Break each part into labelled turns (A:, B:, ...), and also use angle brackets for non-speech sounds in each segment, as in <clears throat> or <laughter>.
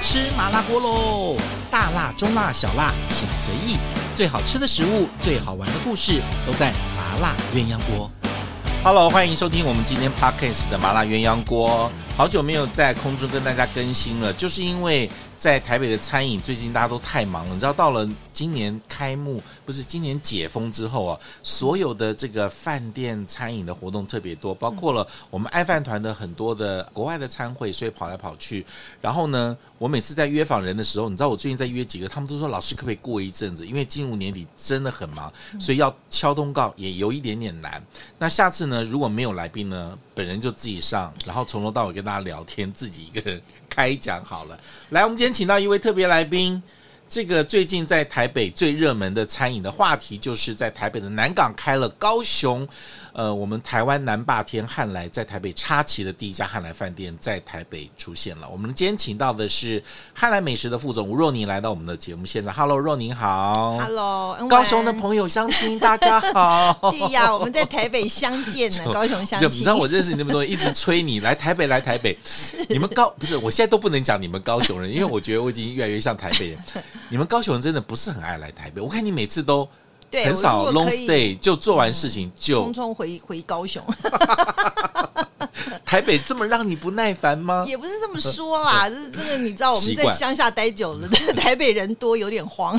A: 吃麻辣锅喽！大辣、中辣、小辣，请随意。最好吃的食物，最好玩的故事，都在麻辣鸳鸯锅。Hello，欢迎收听我们今天 Podcast 的麻辣鸳鸯锅。好久没有在空中跟大家更新了，就是因为在台北的餐饮最近大家都太忙了。你知道，到了今年开幕不是今年解封之后啊，所有的这个饭店餐饮的活动特别多，包括了我们爱饭团的很多的国外的餐会，所以跑来跑去。然后呢，我每次在约访人的时候，你知道我最近在约几个，他们都说老师可不可以过一阵子，因为进入年底真的很忙，所以要敲通告也有一点点难。那下次呢，如果没有来宾呢，本人就自己上，然后从头到尾跟大家聊天，自己一个人开讲好了。来，我们今天请到一位特别来宾。这个最近在台北最热门的餐饮的话题，就是在台北的南港开了高雄，呃，我们台湾南霸天汉来在台北插旗的第一家汉来饭店在台北出现了。我们今天请到的是汉来美食的副总吴若宁来到我们的节目现场。Hello，若宁好。
B: Hello，恩
A: 哦高雄的
B: 文
A: 朋友相亲，大家好。
B: 对呀、我们在台北相见
A: <laughs>
B: 呢，高雄相
A: 就哦你
B: 亲
A: 知。道我认识你那么多人，一直催你来台北，来台
B: <laughs>
A: 北。你们高不是，我现在都不能讲你们高雄人，因为我觉得我已经越来越像台
B: <laughs>
A: 北人。你们高雄人真的不是很爱来台北，我看你每次都
B: 对，
A: 很少
B: 我如果
A: long
B: 可以
A: stay，就做完事情就
B: 匆匆回回
A: <laughs>
B: 高雄，
A: 台北，这么让你不耐烦吗？
B: <laughs> 也不是这么说啦，就是这个你知道我
A: 习
B: 们在
A: 惯
B: 乡下待久了， <laughs> 台北人多有点慌。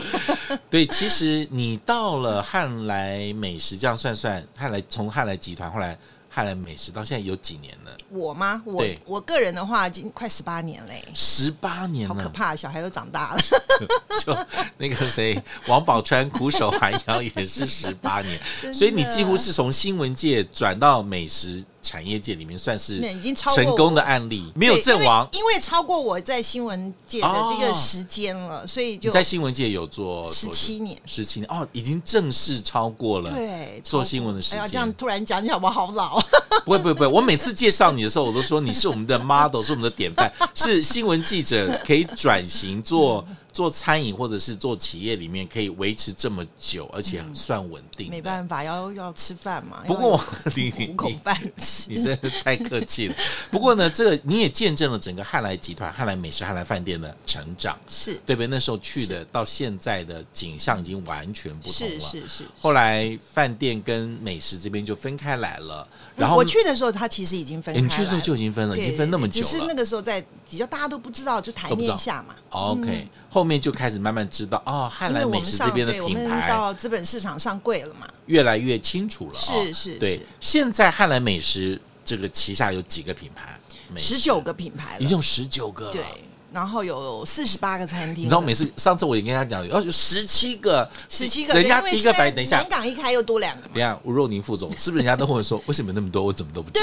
A: 对，其实你到了汉来美食，这样算算，汉来从汉来集团后来汉来美食到现在有几年了？
B: 我吗？我
A: 对
B: 我个人的话，已经快十八年嘞，
A: 十八年
B: 好可
A: 了。
B: 怕，小孩都长大了。
A: <laughs> 就那个谁，王宝钏苦守寒窑也是十八
B: <laughs>
A: 年，
B: 真的
A: 所以你几乎是从新闻界转到美食产业界里面，算是
B: 那已经超过
A: 成功
B: 我
A: 的案例，没有
B: 对
A: 阵亡。
B: 因为，因为超过我在新闻界的这
A: 哦
B: 个时间了，所以
A: 你
B: 就
A: 在新闻界有做
B: 十七，年。
A: 十七年哦，已经正式超过了。
B: 对，
A: 做
B: 超过
A: 新闻的时
B: 哎呀，这
A: 间
B: 样突然讲，你好不好 <laughs> 老？
A: 不会不会不会，我每次介绍你的时候，我都说你是我们的 model，是我们的典
B: <laughs>
A: 范，是新闻记者可以转型做做餐饮或者是做企业里面可以维持这么久，而且算稳定的。
B: 嗯没办法，要要吃饭嘛。
A: 不
B: 要
A: 过
B: 有
A: 我你你
B: 糊口
A: 你
B: 饭吃。
A: 你真的太客气了。不过呢，这个你也见证了整个汉来集团、汉来美食、汉来饭店的成长，
B: 是
A: 对不对？那时候去的到现在的景象已经完全不同了。
B: 是是是。
A: 后来饭店跟美食这边就分开来了，然后
B: 嗯我去的时候，他其实已经分
A: 诶
B: 开
A: 你
B: 了，
A: 去的时候就已经分了，已
B: 对
A: 经分那么久
B: 只是那
A: 了。
B: 个时候在比较大家都不知道，就台
A: 都不知道
B: 面下嘛。
A: OK，后面就开始慢慢知道哦，汉
B: 嗯因为
A: 来
B: 我
A: 美
B: 们
A: 食
B: 上
A: 这边的
B: 对，我
A: 品
B: 们
A: 牌
B: 到资本市场上柜了嘛，
A: 越来越清楚了哦。
B: 是是
A: 对
B: 是。
A: 现在汉来美食这个旗下有几个品牌？美食
B: 十九个品牌
A: 已
B: 了，
A: 经有十九个了。
B: 对，然后有四十八个餐
A: 你
B: 厅了，
A: 知道每次上次我也跟他讲，哦，有十七个，
B: 十七个，
A: 人家
B: 对因为
A: 第一个
B: 现在
A: 反应，等一下
B: 南，港一开又多两个
A: 等一
B: 嘛，
A: 下，吴若宁副总
B: <laughs>
A: 是不是人家都会说，为什么那么多，我怎么都不知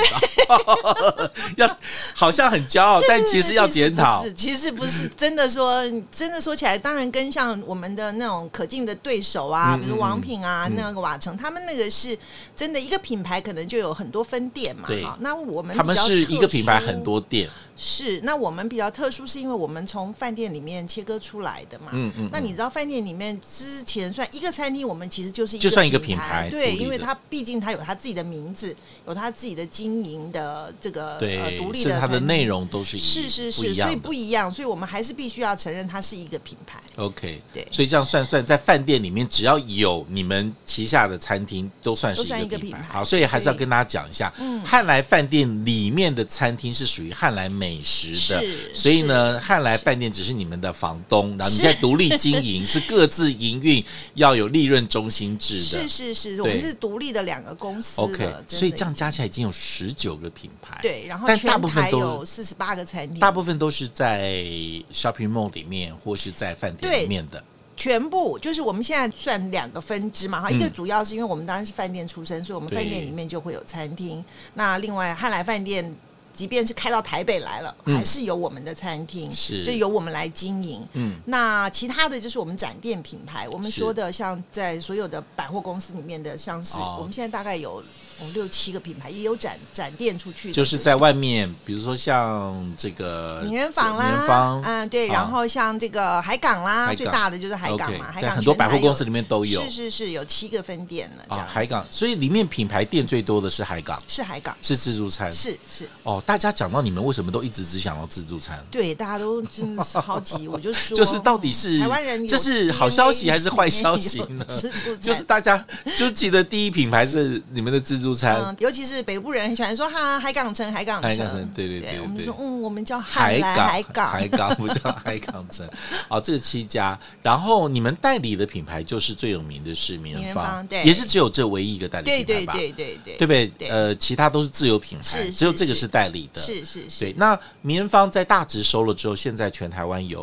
A: 道？ <laughs> 要好像很骄傲， <laughs> 但其实要检讨
B: 对。对对其实不是，其实不是真的说，真的说起来，当然跟像我们的那种可敬的对手啊，
A: 嗯
B: 比如王品啊，那个瓦城，他们那个是真的一个品牌，可能就有很多分店嘛。
A: 对
B: 哈那我们
A: 他们是一个品牌
B: 比较特殊
A: 很多店，
B: 是，那我们比较特殊，是因为我们从饭店里面切割出来的嘛。
A: 嗯嗯嗯
B: 那你知道饭店里面之前算一个餐厅，我们其实就是一
A: 就算一个
B: 品
A: 品牌
B: 对，
A: 独立
B: 因为
A: 的
B: 它毕竟它有它自己的名字，有它自己的经营的这个呃
A: 对
B: 独，立
A: 是
B: 的
A: 它的
B: 餐
A: 内
B: 厅
A: 容都是一
B: 是是
A: 不一
B: 是，所以
A: 样
B: 不
A: 的。
B: 一样，所以我们还是必须要承认它是一个品牌。
A: OK，
B: 对
A: 所以这样算算，在饭店里面只要有你们旗下的餐厅，都算是
B: 都算
A: 一
B: 一个
A: 品
B: 品牌
A: 好，所以还是要
B: 对嗯
A: 跟大家讲一下，汉来饭店里面的餐厅是属于汉来美食的，
B: 是
A: 所以呢，汉来饭店只是你们的房东，然后你
B: 是
A: 在独立经
B: <laughs>
A: 营，是各自营运，要有利润中心制的
B: 是。是是，我们
A: 对
B: 是独立的两个公司了
A: OK，
B: 真
A: 所以
B: 的
A: 这样加起来已经有十九个品牌，
B: 对，然后
A: 但大
B: 全
A: 部分
B: 台
A: 都
B: 有四十八个餐厅，
A: 大部分都是在 shopping mall 里面或是在饭店里
B: 对
A: 面的。
B: 全部就是我们现在算两个分支嘛哈，
A: 嗯
B: 一个主要是因为我们当然是饭店出身，所以我们
A: 对
B: 饭店里面就会有餐厅。那另外汉来饭店，即便是开到台北来了，
A: 嗯
B: 还是有我们的餐厅，
A: 是
B: 就由我们来经营。
A: 嗯，
B: 那其他的就是我们展店品牌，我们
A: 是
B: 说的像在所有的百货公司里面的，像是、
A: 哦
B: 我们现在大概有哦六七个品牌，也有展展店出去的，
A: 就是在外面，比如说像这个
B: 名人坊啦，
A: 名人坊
B: 嗯对，
A: 啊
B: 然后像这个海港啦，
A: 海港
B: 最大的就是海港
A: OK，
B: 嘛，海
A: 在
B: 港
A: 很多
B: 全台
A: 百货公司
B: 有
A: 里面都有
B: 是是是有七个分店了，这
A: 啊
B: 样，
A: 海港，所以里面品牌店最多的是海港，
B: 是海港，
A: 是自助餐。
B: 是是，
A: 哦，大家讲到你们为什么都一直只想要自助餐？
B: 对，大家都真的是好急，我就
A: <laughs>
B: 说
A: 就是到底是
B: 台湾人有
A: 这是好消息还是坏消息呢
B: <laughs> 有自助餐
A: 就是大家 <laughs> 就记得第一品牌是你们的自助餐，
B: 嗯，尤其是北部人很喜欢说哈海港城，海港
A: 海
B: 城，
A: 港城对对
B: 对
A: 对
B: 我们
A: 对
B: 说嗯，我们叫
A: 海
B: 汉来
A: 港
B: 港，
A: 海港 <laughs> 不叫海港城。哦，这个七家，然后你们代理的品牌就是最有名的是名
B: 名
A: 人
B: 人
A: 坊
B: 坊，对
A: 也是只有这唯一一个代理
B: 对
A: 品牌
B: 对
A: 吧？
B: 对对对
A: 对不对？
B: 对
A: 呃，其他都是自有品牌，
B: 是
A: 只有
B: 是
A: 这个
B: 是
A: 是代理的。
B: 是是是，
A: 对，那名人坊在大直收了之后，现在全台湾有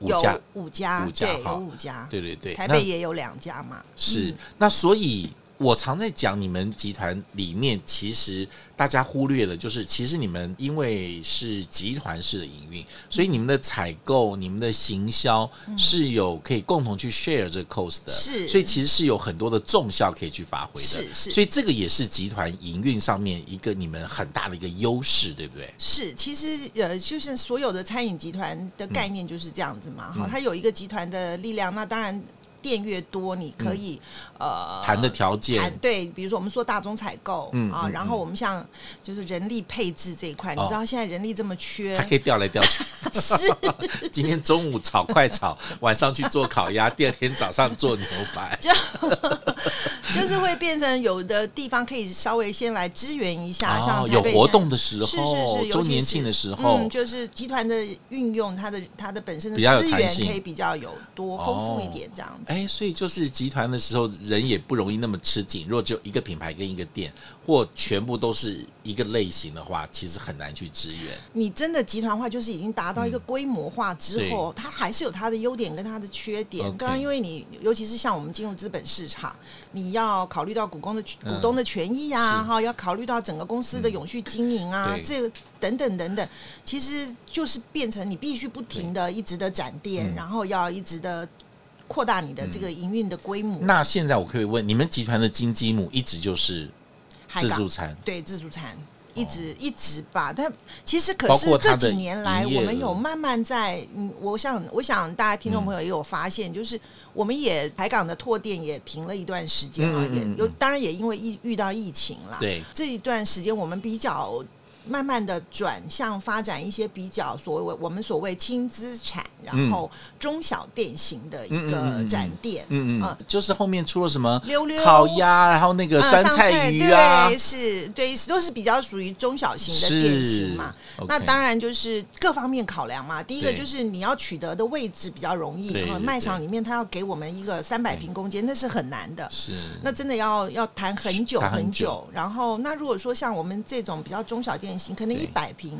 A: 五
B: 有
A: 家，
B: 五家，
A: 五家
B: 对，
A: 哈
B: 有五家，
A: 对对对，
B: 台
A: 那
B: 北也有两家嘛，
A: 是、
B: 嗯
A: 那所以。我常在讲，你们集团里面其实大家忽略了，就是其实你们因为是集团式的营
B: 嗯
A: 运，所以你们的采购、你们的行销是有可以共同去 share 这个 cost 的，
B: 是
A: 所以其实是有很多的重效可以去发挥的，
B: 是是
A: 所以这个也是集团营运上面一个你们很大的一个优势，对不对？
B: 是，其实呃，就是所有的餐饮集团的概念就是这样子嘛，哈、
A: 嗯
B: 它有一个集团的力量，那当然店越多，你可以、呃
A: 嗯谈的条
B: 谈
A: 件
B: 对，比如说我们说大宗采购、
A: 嗯
B: 啊，
A: 嗯
B: 然后我们像就是人力配置这一块，
A: 哦
B: 你知道现在人力这么缺
A: 还，可以调来调去，
B: 是
A: <laughs> 今天中午炒快炒，晚上去做烤鸭，第二天早上做牛排。
B: 就是 <laughs> 会变成有的地方可以稍微先来支援一下，像
A: 哦，
B: 台
A: 有
B: 北
A: 活
B: 现在
A: 动的时候，
B: 是是是，
A: 周
B: 尤其
A: 年
B: 是
A: 庆的时候，
B: 嗯，就是集团的运用，它的它的本身的
A: 比较有
B: 资
A: 弹
B: 源
A: 性
B: 可以比较有多丰富一点这样子。
A: 哎，所以就是集团的时候，人也不容易那么吃紧。如果只有一个品牌跟一个店，或全部都是一个类型的话，其实很难去支援。
B: 你真的集团化就是已经达到一个
A: 嗯
B: 规模化之后，它还是有它的优点跟它的缺点。
A: OK
B: 刚刚因为你，尤其是像我们进入资本市场，你要考虑到股东的
A: 嗯
B: 股东的权益啊，
A: 是嗯
B: 哈、要考虑到整个公司的永续经营啊，
A: 对
B: 这个等等等等，其实就是变成你必须不停的一直的展店，
A: 嗯
B: 然后要一直的扩大你的这个营运的规模。
A: 那现在我可以问，你们集团的金鸡母一直就是
B: 海
A: 自
B: 港
A: 助餐，哦
B: 对自助餐，一直、一直吧。但其实可
A: 包
B: 是
A: 括它
B: 这
A: 的
B: 几年来，
A: 营业
B: 我们
A: 额嗯
B: 有慢慢在，嗯，我想我想大家听众朋友也有发现，就是我们也台港的拓店也停了一段时间啊，
A: 嗯嗯嗯
B: 也有当然也因为疫遇到疫情啦，
A: 对
B: 这一段时间我们比较。慢慢的转向发展一些比较所谓我们所谓轻资产，然
A: 嗯
B: 后中小店型的一
A: 嗯嗯
B: 个
A: 嗯嗯
B: 展店，
A: 嗯嗯
B: 啊，
A: 就是后面出了什么
B: 溜溜
A: 烤鸭，然后那个
B: 啊
A: 酸
B: 上
A: 菜鱼啊，
B: 对，是，对，都是比较属于中小型的店型嘛。
A: 是
B: 那
A: OK
B: 当然就是各方面考量嘛。第一个
A: 对
B: 就是你要取得的位置比较容易
A: 对
B: 啊
A: 对，对
B: 卖场里面他要给我们一个三百
A: 对
B: 平空间，那是很难的。
A: 是
B: 那真的要要谈很久
A: 谈很
B: 很
A: 久
B: 久，然后那如果说像我们这种比较中小店型，可能
A: 对嗯
B: 一百平，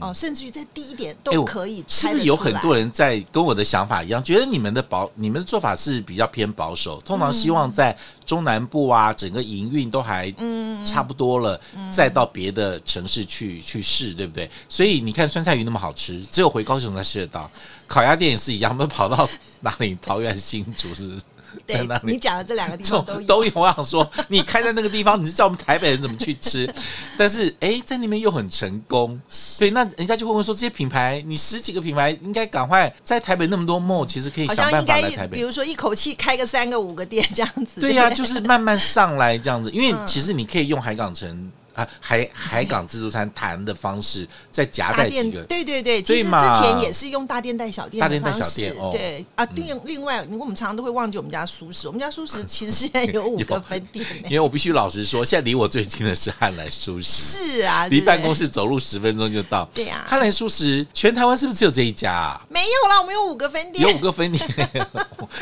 B: 哦，甚至于再低一点
A: 哎
B: 都
A: 我
B: 可以
A: 是
B: 拆
A: 不
B: 得出来。
A: 是有很多人在跟我的想法一样，觉得你们的保你们的做法是比较偏保守，通常希
B: 嗯
A: 望在中南部啊，整个营运都还
B: 嗯
A: 差不多了，再到别的城市去去试，对不对？所以你看酸菜鱼那么好吃，只有回高雄才吃得到。烤鸭店也是一样，他们跑到哪里？ <laughs> 桃园、新竹是不是？在
B: 对
A: 哪里
B: 你讲的这两个地
A: 这
B: 方
A: 种
B: 有，
A: <laughs> 都有。我想说，你开在那个地方，你是叫我们台北人怎么去吃？
B: <laughs>
A: 但是哎、诶在那边又很成功，对，那人家就会问说，这些品牌，你十几个品牌，应该赶快在台北那么多 mall，其实可以
B: 好
A: 想办
B: 像应
A: 法
B: 该
A: 来台，
B: 比
A: 北。
B: 如说一口气开个三个五个店这样子。 <laughs>
A: 对呀、啊
B: 不
A: 就是慢慢上来这样子，因为
B: 嗯
A: 其实你可以用海港城啊，海海港自助餐谈的方式，再夹
B: 大
A: 带几
B: 店
A: 个。
B: 对对对，
A: 对
B: 其实之
A: 嘛
B: 前也是用大店带小店
A: 大
B: 的
A: 店带
B: 方式，
A: 小店哦
B: 对啊。另、另外，我们常常都会忘记我们家素食，我们家素食其实现在有五
A: 有
B: 个分店呢、
A: 因为我必须老实说，现在离我最近的是汉来舒适，
B: 是啊，
A: 离
B: 对不对
A: 办公室走路十分钟就到。
B: 对啊呀
A: 汉来舒适，全台湾是不是只有这一家、啊？
B: 没有啦，我们有五个分店
A: 有。五个 <laughs> 分店，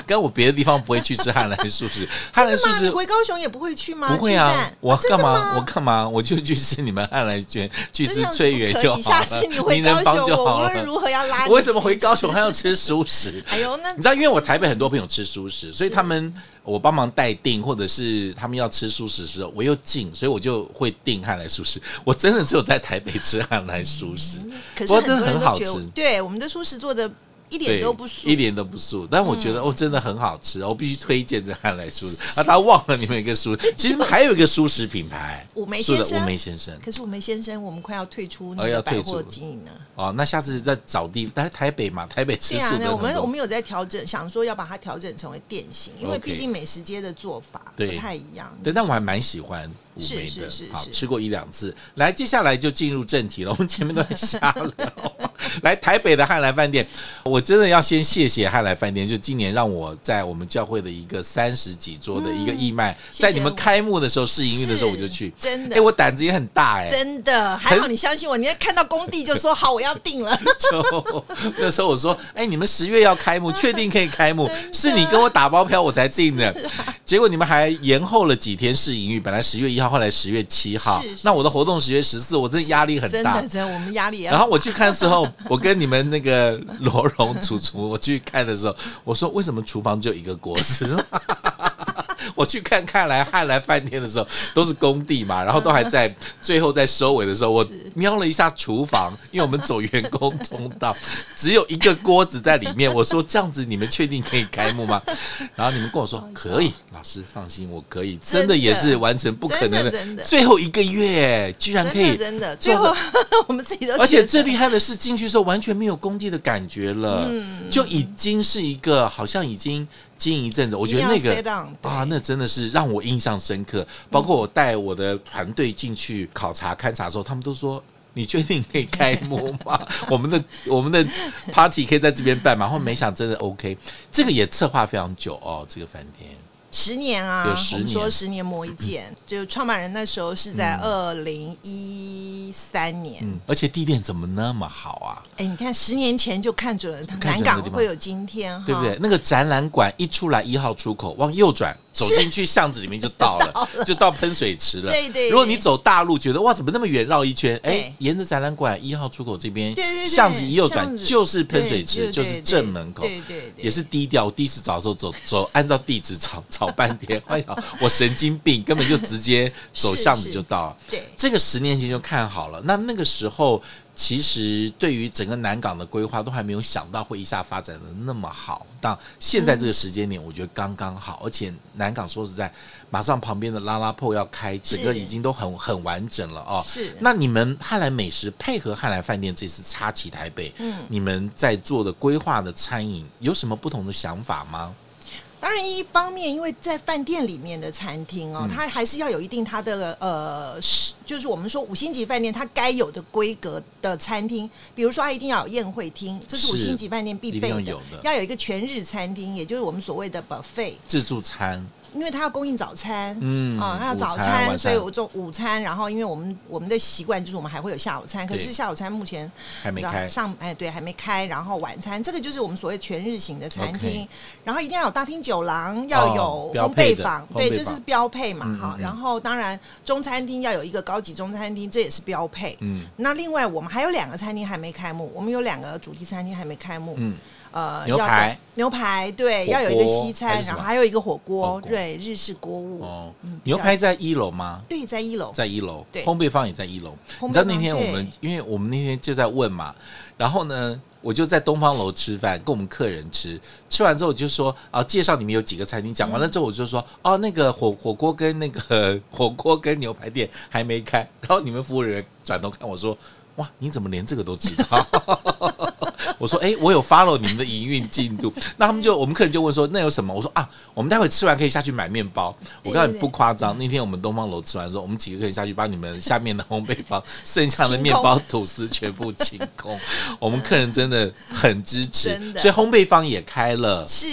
A: 跟我别的地方不会去吃汉来素食，汉来
B: <laughs> 真的
A: 素
B: 吗？你
A: 食
B: 回高雄也不会去吗？
A: 不会
B: 巨
A: 啊
B: 蛋，
A: 我
B: 啊真
A: 干
B: 的
A: 嘛？我
B: 吗
A: 干嘛？我就去吃你们汉来卷， <laughs> 去
B: 真
A: 吃
B: 的不
A: 翠园
B: 可
A: 就
B: 以
A: 好
B: 下
A: 了
B: 次
A: <laughs>
B: 你，
A: 名
B: 回
A: 人
B: 高
A: 坊就
B: 雄，我
A: 好
B: 无
A: 了
B: 论。如何要拉你。
A: 我为什么回高雄？还要吃素
B: <laughs>
A: 食？
B: 哎呦，那
A: 你知道，因为我台北
B: 很。
A: 很多朋友吃素食，所以他们我帮忙代订，或者是他们要吃素食的时候，我又进，所以我就会订汉来素食。我真的只有在台北吃汉来素食，不
B: 可是
A: 过
B: 很
A: 真
B: 多
A: 的很
B: 人都
A: 好
B: 觉得
A: 吃，
B: 对我们的素食做的一
A: 对
B: 点都不素嗯
A: 一。点都不素。但我觉得哦，真的很好吃，我必须推荐这汉来素食。啊，他忘了你们有一个
B: <laughs>
A: 素，其实还有一个素食品牌，
B: 五梅
A: 是
B: 先
A: 的，
B: 生
A: 五梅先生。
B: 可是我们先生，我们快要退出
A: 哦
B: 那
A: 要
B: 个
A: 退
B: 百
A: 出
B: 货经营了。
A: 哦，那下次再找地，但是台北嘛，台北吃
B: 对啊
A: 素，的
B: 那我们
A: 很多
B: 我们有在调整，想说要把它调整成为店型，因为
A: OK
B: 毕竟美食街的做法
A: 对
B: 不太一样。
A: 对，但我还蛮喜欢五
B: 是
A: 梅的，
B: 是是
A: 好
B: 是
A: 吃过一两次。来，接下来就进入正题了，我 <laughs> 们前面都在瞎聊。 <laughs> 来，台北的汉来饭店，我真的要先谢谢汉来饭店，就今年让我在我们教会的一个三十几桌的一个义卖，
B: 嗯谢谢
A: 在你们开幕的时候试营运的时候我就去，
B: 是真的
A: 哎，我胆子也很大哎、
B: 真的，还好你相信我，你要看到工地就说好，我要
A: <laughs>
B: 定了。
A: 就那时候我说，哎、你们十月要开
B: <laughs>
A: 幕，确定可以开幕，是你跟我打包票我才定的。
B: 啊
A: 结果你们还延后了几天试营运，本来十月一号，后来十月七号
B: 是是。
A: 那我的活动十月十四，我真的压力很
B: 真
A: 大
B: 的，。真的，我们压力也
A: 然后我去看的时
B: <laughs>
A: 候，我跟你们那个罗荣楚楚，我去看的时候，我说为什么厨房只有一个锅子？ <laughs> 我去看看来汉来饭店的时候，都是工地嘛，然后都还在最后在收尾的时候，我瞄了一下厨房，因为我们走员工通道，只有一个锅子在里面。我说这样子你们确定可以开幕
B: <laughs>
A: 吗？然后你们跟我说可以，老师放心，我可以，真
B: 真
A: 的
B: 的
A: 也是完成不可能
B: 真的真的
A: 最后一个月居然可
B: 真
A: 以
B: 的真的，
A: 做
B: 最
A: 到
B: 后 <laughs> 我们自己都
A: 而
B: 觉
A: 且
B: 得
A: 最厉害的是，进去之后完全没有工地的感觉了，
B: 嗯
A: 就已经是一个好像已经经营一阵子。我觉得那
B: 一定要 set
A: 个
B: down，对嗯
A: 啊，那真的是让我印象深刻。包括我带我的团队进去考察勘察的时候，他们都说。你确定可以开幕吗？ <laughs> 我们的我们的 party 可以在这边办吗？然后没想真的 OK，这个也策划非常久哦，这个饭店
B: 十年啊，
A: 有十
B: 我们说
A: 年
B: 十年磨一
A: <clears throat>
B: 剑，就创办人那时候是在二零一三年。
A: 嗯，而且地点怎么那么好啊？
B: 哎、你看十年前就看准了
A: 看
B: 南
A: 准
B: 港
A: 这个地方
B: 会有今天，哈
A: 对不对？？那个展览馆一出来一号出口，往右转，走进去巷子里面就到
B: <laughs>
A: 了，就到喷水池了。
B: 对对对
A: 如果你走大路，觉得哇，怎么那么远，绕一圈？哎
B: 对，
A: 沿着展览馆一号出口这边，
B: 对对对
A: 巷子一右转
B: 巷子
A: 就是喷水池，
B: 对
A: 就
B: 对
A: 是
B: 对
A: 正门口。
B: 对对对，
A: 也是低调，我第一次找的时候走走，按照地址找 <laughs> 找半天，哎呀，我神经病，根本就直接走
B: 是
A: 巷子
B: 是
A: 就到了。
B: 对。
A: 这个十年前就看好了。那那个时候，其实对于整个南港的规划都还没有想到会一下发展的那么好。但现在这个时间点，我觉得刚刚好。而且南港说实在，马上旁边的拉拉铺要开，整个已经都很很完整了哦。
B: 是
A: 那你们汉来美食配合汉来饭店这次插旗台北，
B: 嗯
A: 你们在做的规划的餐饮有什么不同的想法吗？
B: 当然，一方面，因为在饭店里面的餐厅
A: 嗯
B: 哦，它还是要有一定它的呃，是就是我们说五星级饭店它该有的规格的餐厅，比如说它一定要有宴会厅，这是五
A: 是
B: 星级饭店必
A: 一定
B: 备
A: 要
B: 的，
A: 有的
B: 要有一个全日餐厅，也就是我们所谓的 buffet。
A: 自助餐，
B: 因为它要供应早餐，
A: 嗯
B: 啊，它要早
A: 午餐晚餐
B: 所以我做午餐，然后因为我们我们的习惯就是我们还会有下午餐，可
A: 对
B: 是下午餐目前
A: 还没开
B: 上哎对还没开，然后晚餐这个就是我们所谓全日型的餐
A: OK 哦
B: 厅，然后一定要有大厅酒廊，要有
A: 标
B: 烘
A: 配
B: 焙
A: 的
B: 坊
A: 烘，
B: 对，
A: 焙
B: 这
A: 坊
B: 是标配嘛
A: 嗯
B: 哈
A: 嗯，嗯
B: 然后当然中餐厅要有一个高级中餐厅，这也是标配。
A: 嗯
B: 那另外我们还有两个餐厅还没开幕，我们有两个主题餐厅还没开幕，
A: 嗯，
B: 呃，
A: 牛
B: 要
A: 排
B: 有牛排对，
A: 火
B: 要有一个
A: 锅还
B: 西餐
A: 是，什
B: 然后
A: 么
B: 还有一个火
A: 火
B: 锅，
A: 锅
B: 对，日式锅物。
A: 哦
B: 嗯，
A: 牛排在一楼吗？
B: 对，在一楼。
A: 在一楼，
B: 对
A: 烘焙坊也在一楼。
B: 烘焙
A: 你
B: 坊
A: 知道那天我们，因为我们那天就在问嘛，然后呢，我就在东方楼吃饭，跟我们客人吃，吃完之后我就说啊，介绍你们有几个餐厅，讲
B: 嗯
A: 完了之后我就说，哦，那个火火锅跟那个 <laughs> 火锅跟牛排店还没开，然后你们服务人员转头看我说。哇，你怎么连这个都知道？我说，哎、我有 follow 你们的营运进
B: <laughs>
A: 度。那他们就，我们客人就问说，那有什么？我说啊，我们待会吃完可以下去买面包。我告诉你
B: 对对对
A: 不夸张，那天我们东方楼吃完之后，我们几个人下去把你们下面的 <laughs> 烘焙坊剩下的面包、吐司全部清空。我们客人真的很支持，
B: 真的
A: 所以烘焙坊也开了，
B: 是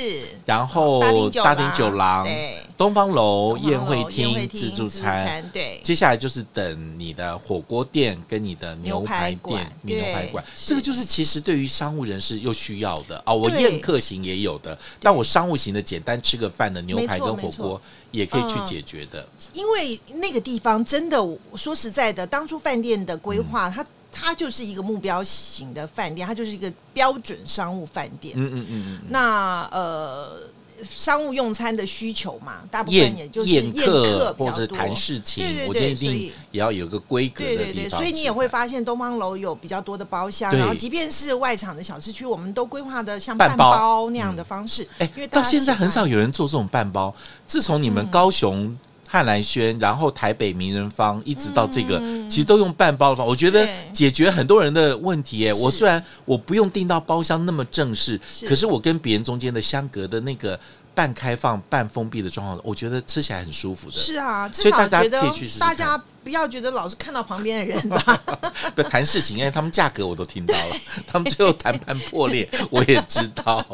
A: 然后哦大
B: 大
A: 厅
B: 厅
A: 酒
B: 酒
A: 廊
B: 廊对、
A: 东方楼
B: 东方楼
A: 宴会
B: 宴会
A: 厅、
B: 厅
A: 自助
B: 自助
A: 餐
B: 餐。对
A: 接下来就是等你的火锅店跟你的牛排
B: 牛排
A: 店
B: 馆、
A: 你牛排
B: 对
A: 馆，
B: 是
A: 这个就是其实对于商务人士又需要的哦。我
B: 对
A: 宴客型也有的，但我商务型的简单吃个饭的牛排
B: 没错
A: 跟火
B: 没错
A: 锅也可以去
B: 嗯
A: 解决的。
B: 因为那个地方真的，我说实在的，当初饭店的规
A: 嗯
B: 划，它它就是一个目标
A: 嗯
B: 型的饭店，它就是一个标准商务饭店。
A: 嗯嗯嗯嗯。
B: 那呃，商务用餐的需求嘛，大部分也
A: 宴
B: 就是
A: 宴
B: 客比
A: 或
B: 较
A: 者是
B: 多。
A: 谈事情，
B: 对对
A: 我今天一
B: 对所
A: 定
B: 以
A: 也要有个规格
B: 对
A: 的
B: 对
A: 地
B: 对，
A: 方。
B: 所以你也会发现东方楼有比较多的包厢，
A: 对
B: 然后即便是外场的小吃区，我们都规划的像
A: 半
B: 半
A: 包
B: 包那样的方式。
A: 哎
B: 因为，
A: 到
B: 大家
A: 现在
B: 喜
A: 很
B: 欢嗯
A: 少有人做这种半包。自从你们高雄汉来轩，然后台北名人坊，一直到这个，
B: 嗯
A: 其实都用半包的方法，我觉得
B: 对
A: 解决很多人的问题、耶
B: 是
A: 我虽然我不用订到包厢那么正式，
B: 是
A: 可是我跟别人中间的相隔的那个半开放、半封闭的状况，我觉得吃起来很舒服的。
B: 是啊，
A: 所
B: 至
A: 以大
B: 少
A: 家
B: 觉得
A: 可以去试试
B: 大
A: 看哦
B: 家不要觉得老是看到旁边的
A: <laughs>
B: 人吧。
A: 不谈事情，因为他们价格我都听到
B: <laughs>
A: 了，他们最后谈判破裂，我也知道。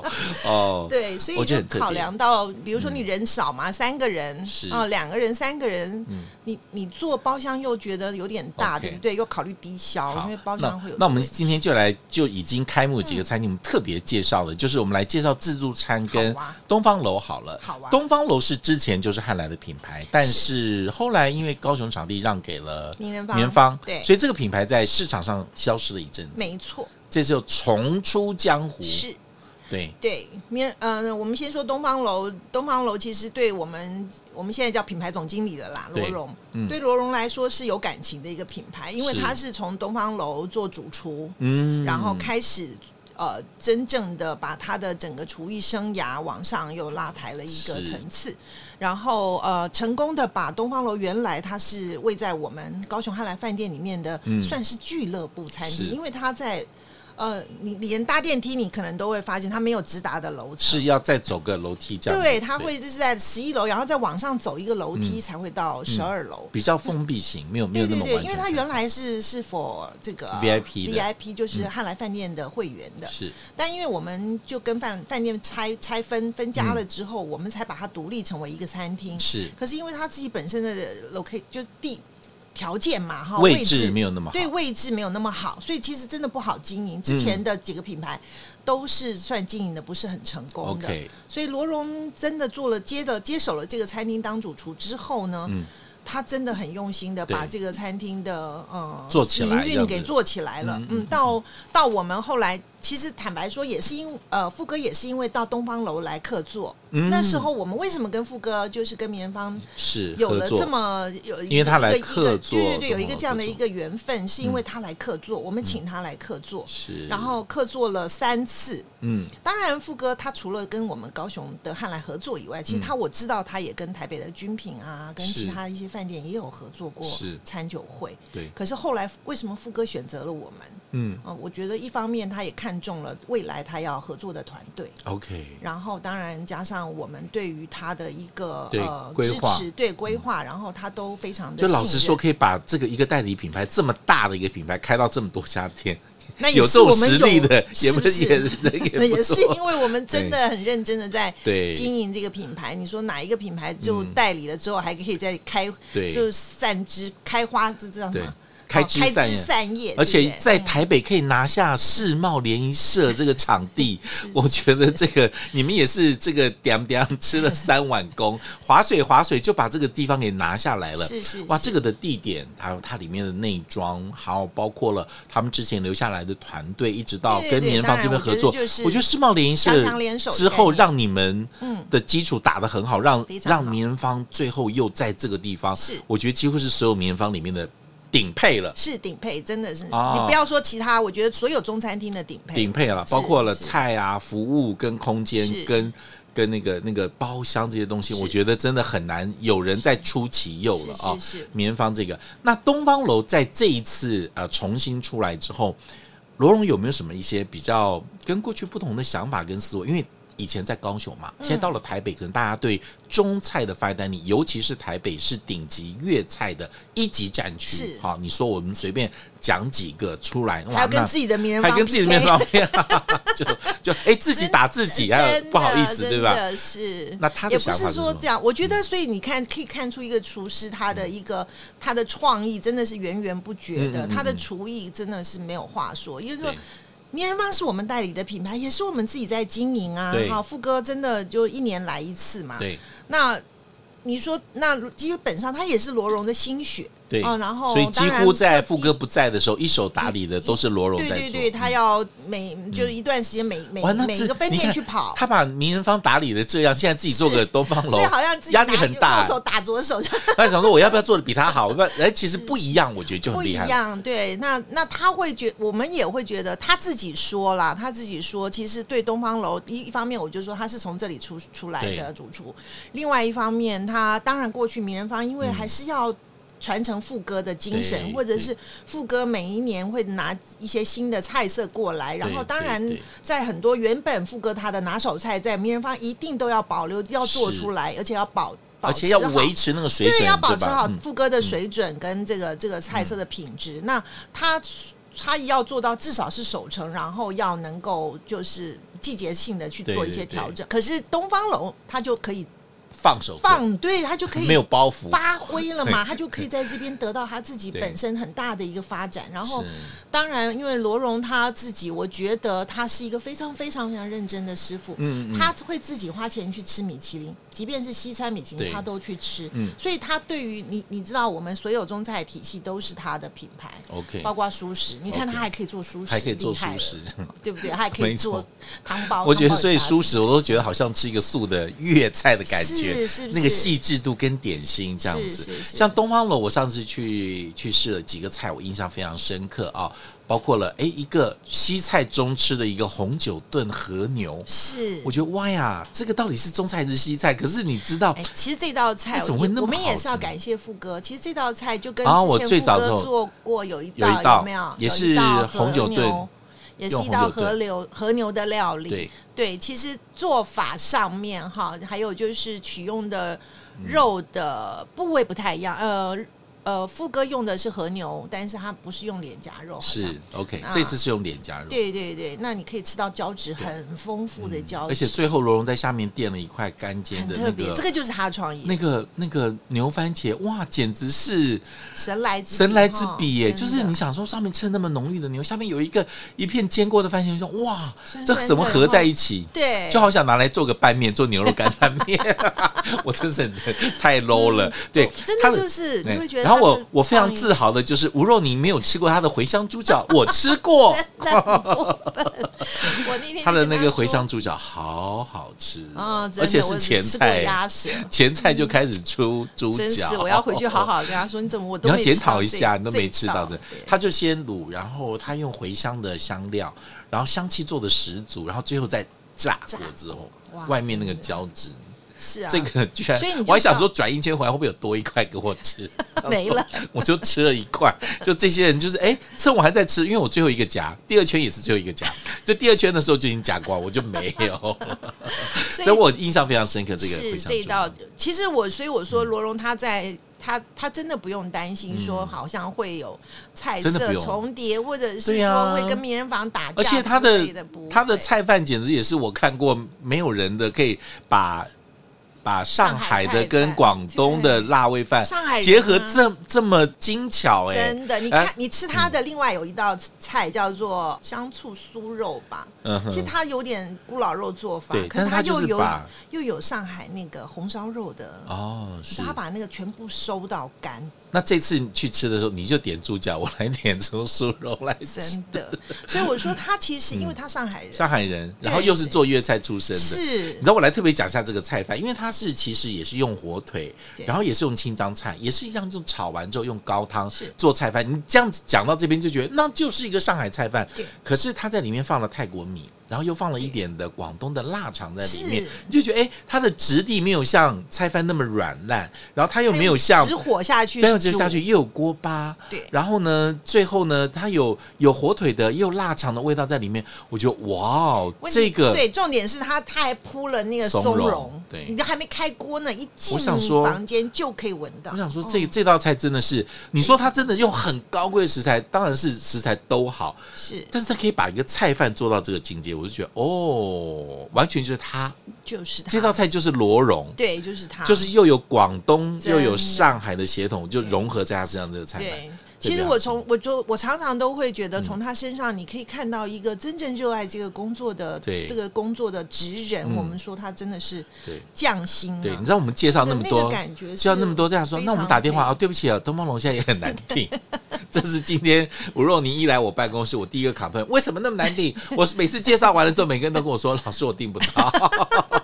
A: 哦，
B: 对，所
A: 我
B: 以
A: 觉得
B: 就
A: 很特别嗯
B: 考量到，比如说你人少嘛，三个人
A: 是
B: 啊，两个人、三个人
A: 嗯，
B: 你你做包厢又觉得有点大，
A: OK
B: 对不对？又考虑低消，
A: 好，
B: 哦因为包厢会有嗯
A: 那。那我们今天就来就已经开幕几个餐厅，我们特别介绍了，就是我们来介绍自助餐跟
B: 好啊
A: 东方楼好了。
B: 好啊
A: 东方楼是之前就是汉来的品牌，但是后来因为高雄场地让给了
B: 名人坊对
A: 所以这个品牌在市场上消失了一阵子，
B: 没错，
A: 这就重出江湖。
B: 是
A: 对，
B: 对。面嗯，我们先说东方楼，东方楼其实对我们我们现在叫品牌总经理的啦，
A: 对
B: 罗荣
A: 嗯，
B: 对罗荣来说是有感情的一个品牌，因为
A: 是
B: 他是从东方楼做主厨，
A: 嗯
B: 然后开始呃，真正的把他的整个厨艺生涯往上又拉抬了一个
A: 是
B: 层次，然后呃，成功的把东方楼原来它是位在我们高雄汉来饭店里面的，
A: 嗯
B: 算是俱乐部餐
A: 是
B: 厅，因为它在。呃，你你连搭电梯，你可能都会发现它没有直达的楼层，
A: 是要再走个楼梯这样子，
B: 对，它会就是在十一楼，然后再往上走一个楼梯才会到十二楼。
A: 比较封闭型，没有嗯没
B: 对
A: 有那
B: 对
A: 么
B: 对，
A: 完
B: 因
A: 全
B: 为
A: 开放。
B: 它原来是是否这个呃
A: VIP 的嗯
B: VIP 就是汉来饭店的会员的，
A: 是
B: 但因为我们就跟饭饭店拆拆分分家了之后，我们才把它独立成为一个餐厅。
A: 是
B: 可是因为它自己本身的 location 就地条件嘛，哈，
A: 位
B: 位
A: 置没有那么好
B: 对位置没有那么好，所以其实真的不好经营。之
A: 嗯
B: 前的几个品牌都是算经营的不是很成功的。
A: OK，
B: 所以罗荣真的做了接的接手了这个餐厅当主厨之后呢，
A: 嗯
B: 他真的很用心的
A: 对
B: 把这个餐厅的呃
A: 做起来
B: 营
A: 这样
B: 运
A: 子
B: 给做起来了
A: 嗯。嗯
B: 嗯，到到我们后来，其实坦白说，也是因呃富哥也是因为到东方楼来客座，
A: 嗯
B: 那时候我们为什么跟富哥就是跟名人坊
A: 是
B: 有
A: 合
B: 了
A: 作
B: 这么有一个，
A: 因为他来
B: 一个
A: 客座
B: 对对对，有
A: 跟
B: 一
A: 我
B: 个
A: 合
B: 这样的
A: 作
B: 一个缘分，是因为他来客座，我们请他来客座，
A: 是，
B: 然后客座了三次。
A: 嗯
B: 当然，富哥他除了跟我们高雄的汉来合作以外，其实他我知道他也跟台北的军品啊，跟
A: 嗯是
B: 其他一些饭店也有合作过
A: 是
B: 餐酒会。
A: 对
B: 可是后来为什么富哥选择了我们？
A: 嗯
B: 啊、我觉得一方面他也看中了未来他要合作的团队，
A: OK
B: 然后当然加上我们对于他的一个
A: 对
B: 呃
A: 规
B: 支
A: 划嗯
B: 持，对规划，然后他都非常的
A: 就老实
B: 信任
A: 说，，可以把这个一个代理品牌这么大的一个品牌开到这么多家店，
B: 那也
A: 有
B: 是
A: 这种
B: 我们
A: 实
B: 有
A: 力的，也
B: 是不
A: 是
B: 是
A: 也也
B: 那 <laughs> 也
A: 不
B: 是
A: 错
B: 因为我们真的很认真的在
A: 对嗯
B: 经营这个品牌。你说哪一个品牌就代理了之后，还可以再开，
A: 对
B: 就是散枝开花，这这样
A: 对
B: 吗？
A: 开
B: 哦
A: 枝
B: 开
A: 散
B: 枝
A: 叶
B: 散叶，
A: 而且
B: 对不对
A: 在
B: 嗯
A: 台北可以拿下世贸联谊社这个场
B: <laughs>
A: 地，我觉得这个你们也是这个点点吃了三碗公，划水划水就把这个地方给拿下来了。
B: 是是
A: 哇，
B: 是
A: 这个的地点，还有它里面的内装，还有包括了他们之前留下来的团队，一直到
B: 对对
A: 跟
B: 对
A: 棉芳这边
B: 当然我觉
A: 合
B: 得
A: 作
B: 就是，
A: 我觉得世贸联谊社
B: 强强联手的
A: 之后，
B: 概念
A: 让你们
B: 嗯
A: 的基础打得很好，让
B: 非常
A: 让
B: 好
A: 棉芳最后又在这个地方，
B: 是
A: 我觉得几乎是所有棉芳里面的顶配了。
B: 是顶配，真的是、
A: 哦
B: 你不要说其他，我觉得所有中餐厅的顶配，
A: 顶配了，
B: 是
A: 包括了
B: 是
A: 菜啊、服务跟空间
B: 是
A: 跟跟那个那个包厢这些东西，
B: 是
A: 我觉得真的很难有人再出其右了啊、
B: 是是是
A: 棉方这个，那东方楼在这一次呃重新出来之后，罗荣有没有什么一些比较跟过去不同的想法跟思维？因为以前在高雄嘛，
B: 嗯
A: 现在到了台北，可能大家对中菜的发单里，尤其是台北是顶级粤菜的一级战区
B: 是。
A: 好，你说我们随便讲几个出来，
B: 还
A: 哇，那
B: 要跟自己的名人
A: 还
B: 坊
A: 跟自己
B: PK
A: 面方面， <laughs> 就就哎、自己打自己，还有
B: 真的
A: 不好意思，对吧？
B: 真的是，
A: 那他的
B: 也不
A: 想法
B: 是
A: 是什
B: 说
A: 么嗯
B: 这样，我觉得，所以你看，可以看出一个厨师他的一个他的创意真的是源源不绝
A: 嗯
B: 的，
A: 嗯嗯
B: 他的厨艺真的是没有话说，因为说
A: 对。
B: 名人坊是我们代理的品牌，也是我们自己在经营啊
A: 对。
B: 哈，富哥真的就一年来一次嘛。
A: 对，
B: 那你说，那基本上他也是罗荣的心血，
A: 对，
B: 哦然后
A: 所以几
B: 当然
A: 乎在
B: 各
A: 富哥不在的时候，一手打理的都是罗荣
B: 对
A: 在做。嗯
B: 对对，他要每就是一段时间每每
A: 哇，那
B: 每
A: 这
B: 个分
A: 你
B: 店
A: 看
B: 去跑，
A: 他把名人坊打理的这样，现在自己做个东方楼
B: 所以，好像自己
A: 压力
B: 打
A: 很大
B: 右。手打左手这样
A: 他想说我要
B: <laughs>
A: 不要做的比他好？不，哎，其实不一样，我觉得就
B: 不
A: 很
B: 一
A: 厉害。
B: 样。对，那那他会觉，我们也会觉得他自己说啦，他自己说，其实对东方楼一一方面，我就说他是从这里出出来的
A: 对
B: 主厨，另外一方面，他当然过去名人坊，因为还是要。传承副歌的精神，
A: 嗯对
B: 或者
A: 对
B: 是副歌每一年会拿一些新的菜色过来，然后
A: 对
B: 当
A: 对
B: 然
A: 对
B: 在很多原本副歌他的拿手菜，在名人坊一定都要保留，要做
A: 是
B: 出来，而且要保，保
A: 而且要
B: 持好
A: 维持那个水准，
B: 对，要保
A: 对
B: 持
A: 吧？
B: 好
A: 嗯，
B: 副歌的水准跟这个这个菜色的品质。那他他要做到至少是守成，然后要能够就是季节性的去做一些
A: 对对对
B: 调整。可是东方龙他就可以
A: 放手做
B: 放，对他就可以
A: 没有包袱，
B: 发挥了嘛，他就可以在这边得到他自己本身很大的一个发展。然后
A: 是，
B: 当然，因为罗荣他自己，我觉得他是一个非常非常非常认真的师傅，
A: 嗯嗯
B: 他会自己花钱去吃米其林，即便是西餐米其
A: 对
B: 林，他都去吃。
A: 嗯
B: 所以他对于你，你知道我们所有中菜体系都是他的品牌。
A: OK，
B: 包括熟食，你看
A: OK
B: 他还可以做熟食，
A: 还可以做
B: 厉害
A: 熟
B: 了
A: 食。
B: 对不对？他还可
A: 没
B: 以
A: 错
B: 做汤包。
A: 我觉得，
B: 汤包
A: 所以
B: 也是他
A: 素食我都觉得好像吃一个素的粤菜的感觉，
B: 是是不
A: 那个
B: 是
A: 细致度跟点心这样子
B: 是是。是
A: 像东方楼，我上次去去试了几个菜，我印象非常深刻啊，包括了诶一个西菜中吃的一个红酒炖和牛，
B: 是
A: 我觉得哇呀，这个到底是中菜还是西菜？可是你知道
B: 哎，其实这道菜
A: 那怎么会那么
B: 我们
A: 好
B: 也是要
A: 吃呢
B: 感谢富哥。其实这道菜就跟
A: 啊我
B: 之
A: 最
B: 前
A: 早
B: 富
A: 的时
B: 哥
A: 候
B: 做过有一
A: 有一
B: 道
A: 道
B: 没有？
A: 也
B: 有一
A: 是
B: 道
A: 红
B: 和
A: 酒
B: 牛
A: 炖，
B: 也是
A: 用
B: 一
A: 红
B: 道
A: 酒
B: 和
A: 炖
B: 牛和牛的料理。
A: 对
B: 对，其实做法上面哈，还有就是取用的
A: 嗯
B: 肉的部位不太一样。呃呃，富哥用的是和牛，但是他不是用脸颊肉，好像
A: 是 OK，
B: 啊
A: 这次是用脸颊肉，
B: 对对对，那你可以吃到胶质很丰富的胶质，
A: 嗯而且最后罗荣在下面垫了一块干煎
B: 很
A: 的
B: 特
A: 那
B: 别，
A: 个
B: 这个就是他的创意，
A: 那个那个牛番茄，哇，简直是
B: 神来之笔
A: 神来之
B: 哈
A: 笔耶！
B: 哦真
A: 就是
B: 的
A: 你想说上面吃那么浓郁的牛，下面有一个一片煎过的番茄，说哇，
B: 酸酸
A: 这
B: 的哦
A: 怎么合在一起？
B: 对，
A: 就好想拿来做个拌面，做牛肉干拌面， <laughs> 我真是很太 low 了。对，
B: 嗯哦真
A: 它
B: 的就是你会觉得
A: 然后
B: 它的
A: 我我非常
B: 创意 <laughs>
A: 自豪的就是吴若宁没有吃过他的茴香猪脚，我吃过
B: 真的很过分。我那天就
A: 他的
B: 跟
A: 那个
B: 说
A: 茴香，猪脚，好好吃
B: 嗯，真的
A: 而且是
B: 我只
A: 前
B: 吃过
A: 菜，
B: 鸭舌，
A: 前菜就开始出猪
B: 真
A: 脚，
B: 是我要回去好好跟他说，你怎么我
A: <laughs>
B: 都
A: 你要
B: 没
A: 检
B: 吃到
A: 讨一
B: 这
A: 下，你都没
B: 一
A: 吃到
B: 道
A: 这
B: 对，
A: 他就先卤，然后他用茴香的香料，然后香气做的十足，然后最后再炸
B: 炸
A: 过之后
B: 哇，
A: 外面那个
B: 真的
A: 胶质，
B: 是啊，
A: 这个居然
B: 所以你就，
A: 我还想
B: 知道，
A: 说转一圈回来会不会有多一块给我吃
B: <laughs> 没了，
A: 我就吃了一块。就这些人就是哎，趁我还在吃，因为我最后一个夹，第二圈也是最后一个夹，就第二圈的时候就已经夹光，我就没有，
B: 所
A: 所以
B: 以
A: 我印象非常深刻这个
B: 是
A: 茴香
B: 这一
A: 猪
B: 道，其实我所以我
A: 嗯
B: 说罗荣他在。他他真的不用担心说好像会有菜
A: 真的不
B: 色
A: 用
B: 重叠，或者是
A: 对啊
B: 说会跟名人坊打架
A: 而且他
B: 之
A: 的
B: 类不
A: 他的
B: 会
A: 菜饭简直也是我看过没有人的可以把把上海的跟广东的辣味饭
B: 上海人啊
A: 结合这这么精巧哎、
B: 真的，你看、
A: 哎
B: 你吃它的另外有一道菜叫做香醋酥肉吧，
A: 嗯哼
B: 其实它有点古老肉做法
A: 对，
B: 可是
A: 但是它就
B: 又
A: 是
B: 有
A: 把
B: 又有上海那个红烧肉的，
A: 哦是
B: 它。把那个全部收到干，
A: 那这次你去吃的时候，你就点猪脚，我来点猪酥肉来吃。
B: 真的。所以我说它其实因为它上海人、
A: 嗯上海人，
B: 对
A: 然后又是做粤菜出身的。
B: 是
A: 你知道我来特别讲一下这个菜饭，因为它是其实也是用火腿，
B: 对
A: 然后也是用清江菜，也是一样，就炒完之后用高汤
B: 是
A: 做菜饭。你这样子讲到这边就觉得那就是一个上海菜饭
B: 对，
A: 可是它在里面放了泰国米，然后又放了一点的广东的腊肠在里面
B: 是，
A: 你就觉得哎，它的质地没有像菜饭那么软烂，然后它又
B: 它
A: 没有像
B: 直火下哎去，
A: 对，我直接下去，，又有锅巴，
B: 对
A: 然后呢，最后呢，它有有火腿的，也有腊肠的味道在里面，我觉得哇哦，
B: 问题
A: 这个
B: 对，重点是它它还铺了那个
A: 松
B: 茸，
A: 茸对
B: 你都还没开锅呢，一进
A: 想说
B: 房间就可以闻到。
A: 我想说这
B: 嗯
A: 这道菜真的是，你说它真的用很高贵的食材，当然是食材都好，
B: 是
A: 但是它可以把一个菜饭做到这个境界，我就觉得哦，完全就是它
B: 就是它
A: 这道菜就是罗荣。
B: 对，就是它
A: 就是又有广东
B: 真
A: 又
B: 的
A: 有上海的血统，就融合在他身上这个菜饭
B: 对，
A: 这
B: 其实
A: 样
B: 我
A: 子嗯
B: 从我就我常常都会觉得，从他身上你可以看到一个真正热爱这个工作的
A: 对
B: 这个工作的职人。
A: 嗯
B: 我们说他真的是
A: 对
B: 匠心、啊，
A: 对，你知道我们介绍
B: 那
A: 那么
B: 那个
A: 多，
B: 感觉
A: 介绍那
B: 是
A: 么多，大家说
B: 非
A: 那我们
B: 常
A: 打电话
B: 美
A: 啊，对不起啊，东方龙现在也很难
B: <laughs>
A: 听。这是今天吴若宁一来我办公室，我第一个卡喷，为什么那么难定？我是每次介绍完了之后，每个人都跟我说，老师我订不到。 <laughs>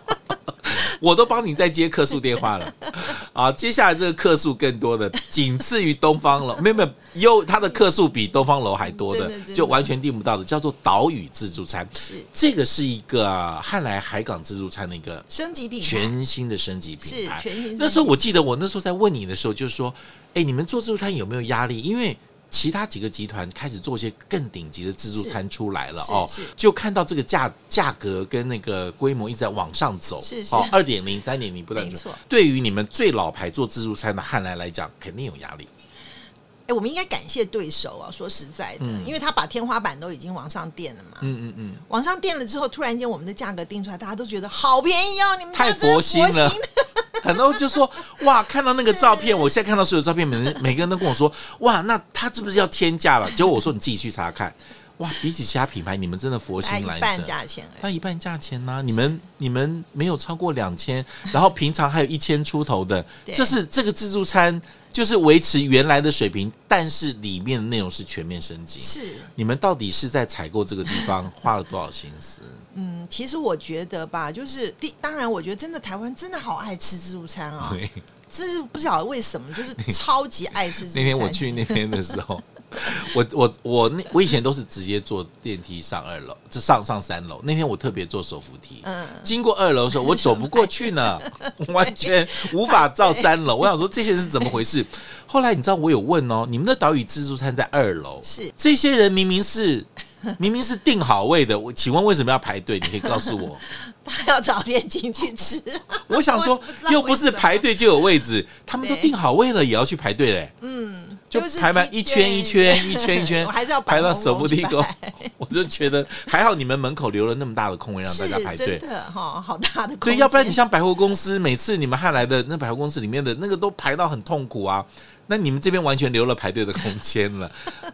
A: 我都帮你在接客诉电话了， <laughs> 啊，接下来这个客诉更多的，仅次于东方楼，没有没有，又它的客诉比东方楼还多的
B: 嗯真的，真
A: 就
B: 的
A: 完全订不到的，叫做岛屿自助餐
B: 是，
A: 这个是一个啊汉来海港自助餐的一个
B: 升级品牌
A: 全新的升级品
B: 啊是
A: 牌。
B: 全新。
A: 那时候我记得我那时候在问你的时候，就是说，哎，你们做自助餐有没有压力？因为其他几个集团开始做一些更顶级的自助餐出来了
B: 是
A: 哦
B: 是，
A: 就看到这个价价格跟那个规模一直在往上走，
B: 是是
A: 哦，二点零、三点零不断
B: 没
A: 走
B: 错
A: 对于你们最老牌做自助餐的汉来来讲，肯定有压力。
B: 哎、我们应该感谢对手啊！说实在的，
A: 嗯
B: 因为他把天花板都已经往上垫了嘛。
A: 嗯嗯嗯，
B: 往上垫了之后，突然间我们的价格定出来，大家都觉得好便宜哦！你们家
A: 太
B: 真
A: 佛
B: 佛
A: 心了。很多就说哇，看到那个照片，我现在看到所有照片，每人每个人都跟我说哇，那他是不是要天价了？结果我说你自己去查看，哇，比起其他品牌，你们真的佛心
B: 来哎一
A: 来
B: 半
A: 着。
B: 价钱哎而已。
A: 它一半价钱呢、你们你们没有超过两千，然后平常还有一千出头的，
B: 对
A: 这是这个自助餐就是维持原来的水平，但是里面的内容是全面升级。
B: 是，
A: 你们到底是在采购这个地方花了多少心思？
B: 嗯，其实我觉得吧，就是第当然，我觉得真的台湾真的好爱吃自助餐啊、
A: 对，
B: 真是不晓得为什
A: <laughs>
B: 么，就是超级爱吃自助
A: 那
B: 餐。
A: 天我去那边的时候， <laughs> 我我我那我以前都是直接坐电梯上二楼，这上上三楼。那天我特别坐手扶梯，
B: 嗯
A: 经过二楼的时候，我走不过去
B: <laughs>
A: 呢，完全无法到三楼。我想说这些人是怎么回事？后来你知道我有问哦，你们的岛屿自助餐在二楼，
B: 是 <laughs>
A: 这些人明明是。明明是订好位的，我请问为什么要排队？你可以告诉我。
B: 他要早点进去吃，
A: 我想说
B: 我也不知，道
A: 又不
B: 为
A: 是
B: 什么
A: 排队就有位
B: <laughs>
A: 置，他们都
B: 对
A: 订好位了，也要去排队嘞。
B: 嗯，
A: 就是排满
B: 第
A: 一圈一圈
B: 对
A: 一圈一圈，
B: <laughs> 我还是要
A: 排到
B: 红
A: 手
B: 龙
A: 不
B: 去
A: 离口
B: 排。
A: <laughs> 我就觉得还好，你们门口留了那么大的空位 <laughs> 让大家排
B: 是真
A: 队。
B: 的哈、好大的空
A: 对，要不然你
B: 间
A: 像百货公司，每次你们汉来的那百货公司里面的那个都排到很痛苦啊。那你们这边完全留了排队的空间
B: <laughs>
A: 了。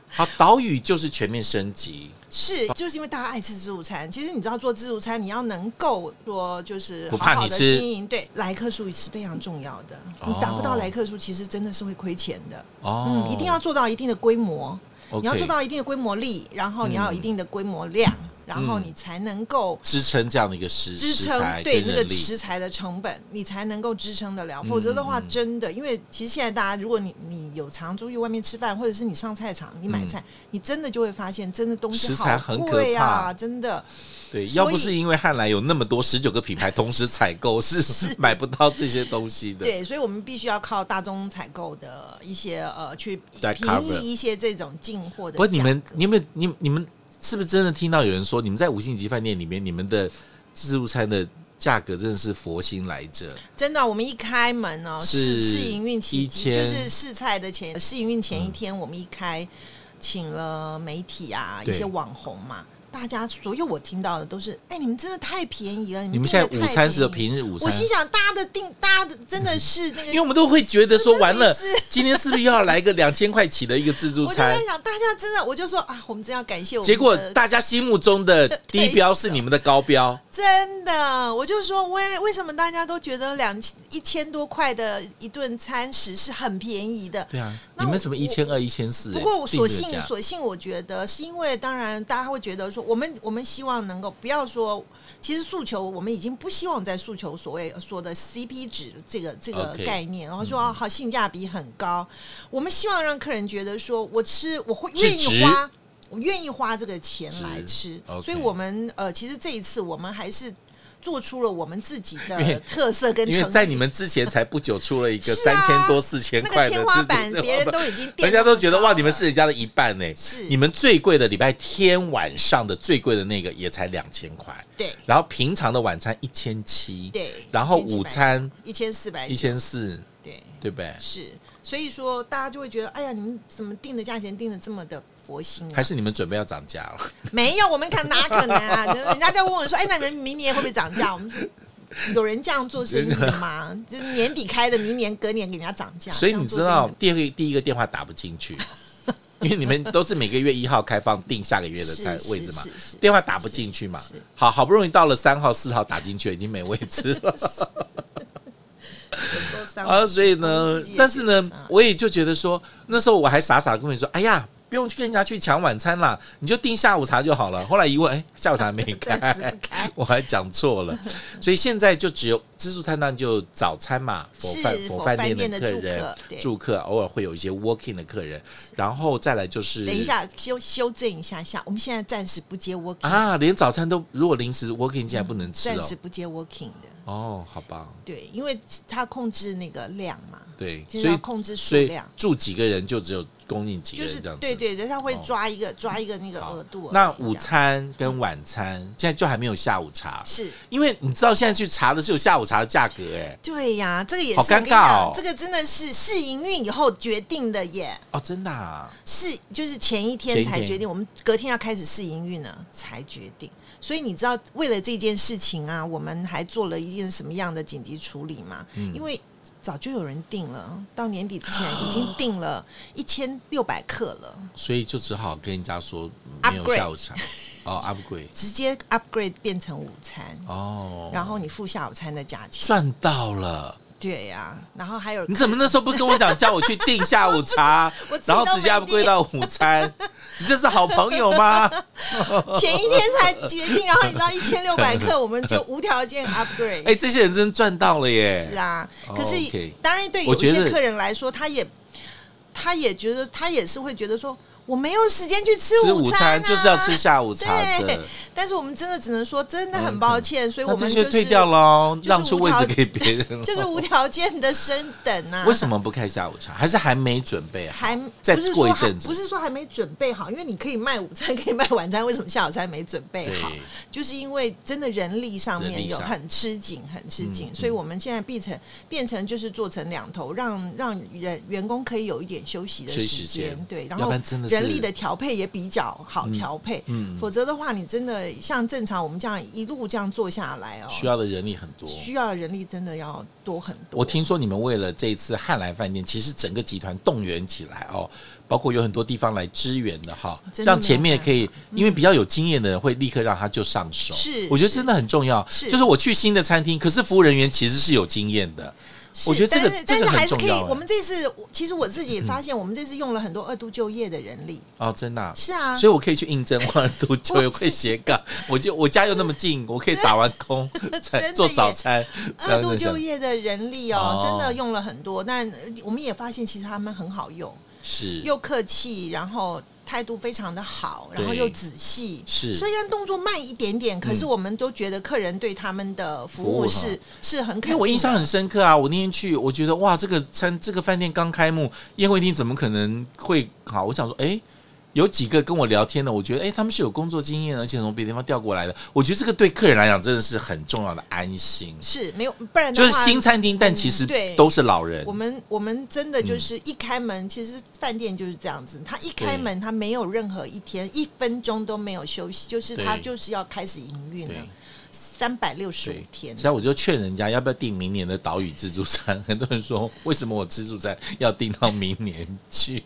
A: 好，岛屿就是全面升级，
B: 是就是因为大家爱吃自助餐。其实你知道做自助餐，你要能够说就是
A: 不
B: 好
A: 怕
B: 好
A: 你
B: 地
A: 吃
B: 经营，对，来客数是非常重要的。
A: 哦
B: 你达不到来客数，其实真的是会亏钱的。
A: 哦
B: 嗯，一定要做到一定的规模，
A: OK
B: 你要做到一定的规模力，然后你要有一定的规模量，
A: 嗯
B: 然后你才能够。
A: 支撑这样的一个食
B: 支
A: 食材
B: 撑对
A: 跟
B: 那
A: 人
B: 个
A: 力。嗯
B: 食材的成本，你才能够支撑得了。否则的话，真的，因为其实现在大家，如果你你有常出去外面吃饭，或者是你上菜场，你买菜，你真的就会发现，真的东
A: 嗯
B: 西
A: 食
B: 好
A: 材很可
B: 贵
A: 怕
B: 啊！真的，
A: 对，
B: 所
A: 要不
B: 以
A: 是因为汉来有那么多十九个品牌同时采购，是
B: 是
A: 买不到这些东西的。
B: 对，所以我们必须要靠大宗采购的一些呃，去
A: 来
B: 平
A: cover
B: 抑一些这种进货的价
A: 不，
B: 格。
A: 你们、你们、你们、你们是不是真的听到有人说，你们在五星级饭店里面，你们的自助餐的价格真的是佛心来着？
B: 真的，我们一开门哦，
A: 是嗯
B: 试试营运期
A: 1000
B: 间，就是试菜的前试营运前一天，我们一开，请了媒体啊，
A: 对
B: 一些网红嘛，大家所有我听到的都是，哎、你们真的太便宜了，
A: 你
B: 你
A: 们
B: 们
A: 现
B: 真
A: 在
B: 的
A: 午
B: 太
A: 餐是有
B: 便宜
A: 平日午
B: 我
A: 餐，嗯
B: 心想大家的定，大家的真的是那个，
A: 因为我们都会觉得说，
B: 真的
A: 完了
B: 是，
A: 今天是不是又要来一个两千块起的一个自助
B: 我就
A: 餐
B: 在？想，大家真的，我就说啊，我们真要感谢我们的，
A: 结果大家心目中的低标是你们的高标，
B: 真的，我就说为为什么大家都觉得两一千多块的一顿餐食是很便宜的，
A: 对啊，
B: 那
A: 你
B: 我
A: 们什么一千二、一千四？哎
B: 不过，
A: 定
B: 所
A: 这个
B: 幸
A: 价
B: 所幸，我觉得是因为，当然大家会觉得说，我们我们希望能够不要说，其实诉求我们已经不希望再诉求所谓说的 CP 值这个这个
A: OK 嗯
B: 概念，然后说、啊好性价比很高，我们希望让客人觉得说我吃我会
A: 是
B: 愿意
A: 值
B: 花。我愿意花这个钱来
A: 值
B: 吃，
A: OK
B: 所以我们呃，其实这一次我们还是做出了我们自己
A: 因为
B: 的特色跟
A: 因为
B: 成
A: 在
B: 意
A: 你们之前才不久出了一个
B: 是
A: 三
B: 啊
A: 千多、四千
B: 那
A: 块的
B: 个天
A: 自助
B: 花
A: 餐，
B: 板，别人都已经
A: 人
B: 垫
A: 家
B: 那
A: 都
B: 么
A: 觉得哇，
B: 高
A: 你们
B: 了
A: 是人家的一半呢。
B: 是
A: 你们最贵的礼拜天晚上的最贵的那个也才两千块，
B: 对
A: 然后平常的晚餐一千七，
B: 对，
A: 然后午餐
B: 一千四百
A: 一千四，
B: 对，
A: 对不对？
B: 是，所以说大家就会觉得，哎呀，你们怎么定的价钱定的这么的佛心啊
A: 还？是你们准备要涨价了？
B: 没有，我们看哪可
A: <laughs>
B: 能啊？人人家在问我说，哎，那你们明年会不会涨价？我们说有人这样做生意的吗？
A: <laughs>
B: 就是年底开的，明年隔年给人家涨价，
A: 所以
B: 这
A: 你
B: 样
A: 知
B: 做生意的
A: 道，第二个第一个电话打不进去， <laughs> 因为你们都是每个月一号开放定下个月的菜
B: 是是
A: 位置嘛
B: 是是，
A: 电话打不进去嘛
B: 是是，
A: 好好不容易到了三号、四号打进去，已经没位置了
B: 呃
A: 啊，所以呢，但是呢，我也就觉得说，那时候我还傻傻地跟你说，哎呀。不用去跟人家去抢晚餐啦，你就订下午茶就好了。后来一问，哎，下午茶没
B: <laughs>
A: 开，
B: 暂时不开
A: 我还讲错了。所以现在就只有自助餐，当就早餐嘛，佛
B: 是
A: 饭
B: 佛
A: 饭
B: 饭
A: 店
B: 店
A: 的
B: 的
A: 客
B: 住
A: 人
B: 客对
A: 住客，偶尔会有一些 working 的客人，然后再来就是
B: 等一下修修正一下下，我们现在暂时不接 working，、
A: 啊，连早餐都如果临时 working 竟然不能吃
B: 暂
A: 哦
B: 时。不接 working 的，
A: 哦，好吧，
B: 对，因为它控制那个量嘛，
A: 对，
B: 就是
A: 所以
B: 要控制数
A: 所以
B: 量，
A: 住几个人就只有供应几个
B: 就
A: 人
B: 是
A: 这样子。
B: 对对对，他会
A: 哦
B: 抓一个、抓一个那个
A: 好
B: 额度而
A: 那
B: 已。这样
A: 午餐跟晚餐现在就还没有下午茶，
B: 是
A: 因为你知道现在去查的是有下午茶的价格哎。
B: 对呀，这个也是
A: 好
B: 我跟
A: 尴
B: 你
A: 尬
B: 讲
A: 哦
B: 这个真的是试营运以后决定的耶，
A: 哦，真的啊，
B: 是就是前一
A: 前一
B: 天才
A: 天
B: 决定，我们隔天要开始试营运呢才决定。所以你知道为了这件事情啊，我们还做了一件什么样的紧急处理吗？
A: 嗯
B: 因为早就有人订了，到年底之前已经
A: <gasps>
B: 订了一千六百克了。
A: 所以就只好跟人家说嗯
B: Upgrade
A: 没有下午茶。哦，upgrade
B: 直接 upgrade 变成午餐，
A: 哦，
B: 然后你付下午餐的价钱。
A: 赚到了。
B: 对呀、然后还有
A: 你怎么那时候不跟我讲，叫我去订下午茶
B: <laughs> 我，知
A: 然
B: 道
A: 后直接
B: 我
A: upgrade 到午
B: <laughs>
A: 餐？你这是好朋友吗？ <laughs>
B: 前一天才决定，然后你知道一千六百克，我们就无
A: <laughs>
B: 条件 upgrade。
A: 哎、这些人真赚到了耶！
B: 是啊，
A: 哦
B: 可是
A: OK
B: 当然对
A: 我
B: 有
A: 觉
B: 一些
A: 得
B: 客人来说，他也他也觉得他也是会觉得说。我没有时间去吃
A: 吃
B: 午
A: 午
B: 餐、啊，
A: 餐就是要吃下午茶
B: 对
A: 的，，嗯
B: 但是我们真的只能说，真的很抱歉，所以
A: 那
B: 我们
A: 这
B: 就
A: 些
B: 是
A: 退掉喽，
B: 就是
A: 让出位置
B: 无条
A: 给别人了。
B: 就是无条件的升等
A: <laughs>
B: 啊。
A: 为什么不开下午茶？还是还没准备啊好？
B: 还
A: 再
B: 不是
A: 过
B: 说
A: 一
B: 还
A: 阵子
B: 不是说还没准备好，因为你可以卖午餐， <laughs> 可以卖晚餐，为什么下午餐没准备好
A: 对？
B: 就是因为真的人力上
A: 人
B: 面
A: 力
B: 有
A: 上
B: 很吃紧，很吃紧，
A: 嗯嗯
B: 所以我们现在变成变成就是做成两头，让让人员工可以有一点休息的
A: 休息
B: 时
A: 时间
B: 间，对，然
A: 要不
B: 后
A: 然真的是
B: 人力的调配也比较好调配，
A: 嗯嗯
B: 否则的话，你真的像正常我们这样一路这样做下来哦，
A: 需要的人力很多。
B: 需要的人力真的要多很多。
A: 我听说你们为了这一次汉来饭店，其实整个集团动员起来哦，包括有很多地方来支援的哈，
B: 真的
A: 让前面可以，因为比较有经验的人会立刻让他就上手。
B: 是
A: 我觉得
B: 是
A: 真的很重要。
B: 是
A: 就是我去新的餐厅，可是服务人员其实是有经验的。
B: 是
A: 我觉得这个
B: 但是
A: 这
B: 但
A: 个
B: 是还
A: 很
B: 是
A: 重
B: 可以
A: 要。。欸
B: 我们这次其实我自己发现，我们这次用了很多二度就业的人力。
A: 哦，真的啊、
B: 是啊，
A: 所以我可以去应征 <laughs> 完读
B: 我
A: 就有会斜
B: <laughs>
A: 杠，我就我家又那么近，我可以打完工 <laughs> 才
B: 耶
A: 做早餐。然
B: 二
A: 后
B: 度
A: 在想
B: 就业的人力哦
A: 哦，
B: 真的用了很多。但呃我们也发现，其实他们很好用，
A: 是
B: 又客气，然后态度非常的好，然后
A: 对
B: 又仔细。
A: 是
B: 虽然动作慢一点点，可是
A: 嗯
B: 我们都觉得客人对他们的服
A: 服务
B: 务
A: 哈
B: 是是很肯
A: 因为
B: 定的。
A: 我印象很深刻啊！我那天去，我觉得哇，这个餐这个饭店刚开幕，宴会厅怎么可能会好？我想说，哎、有几个跟我聊天的，我觉得哎、诶他们是有工作经验，而且从别的地方调过来的。我觉得这个对客人来讲真的是很重要的安心，
B: 是没有，不然的
A: 就是
B: 话
A: 新餐厅，但其实
B: 嗯对
A: 都是老人
B: 我。们我们真的
A: 嗯
B: 就是一开门，其实饭店就是这样子，他一开门，他没有任何一天一分钟都没有休息，就是他
A: 对
B: 就是要开始营运了
A: 对，
B: 三百六十五
A: 对，
B: 天。
A: 所以我就劝人家要不要订明年的岛屿自助餐。很多人说，为什么我自助餐要订到明年去？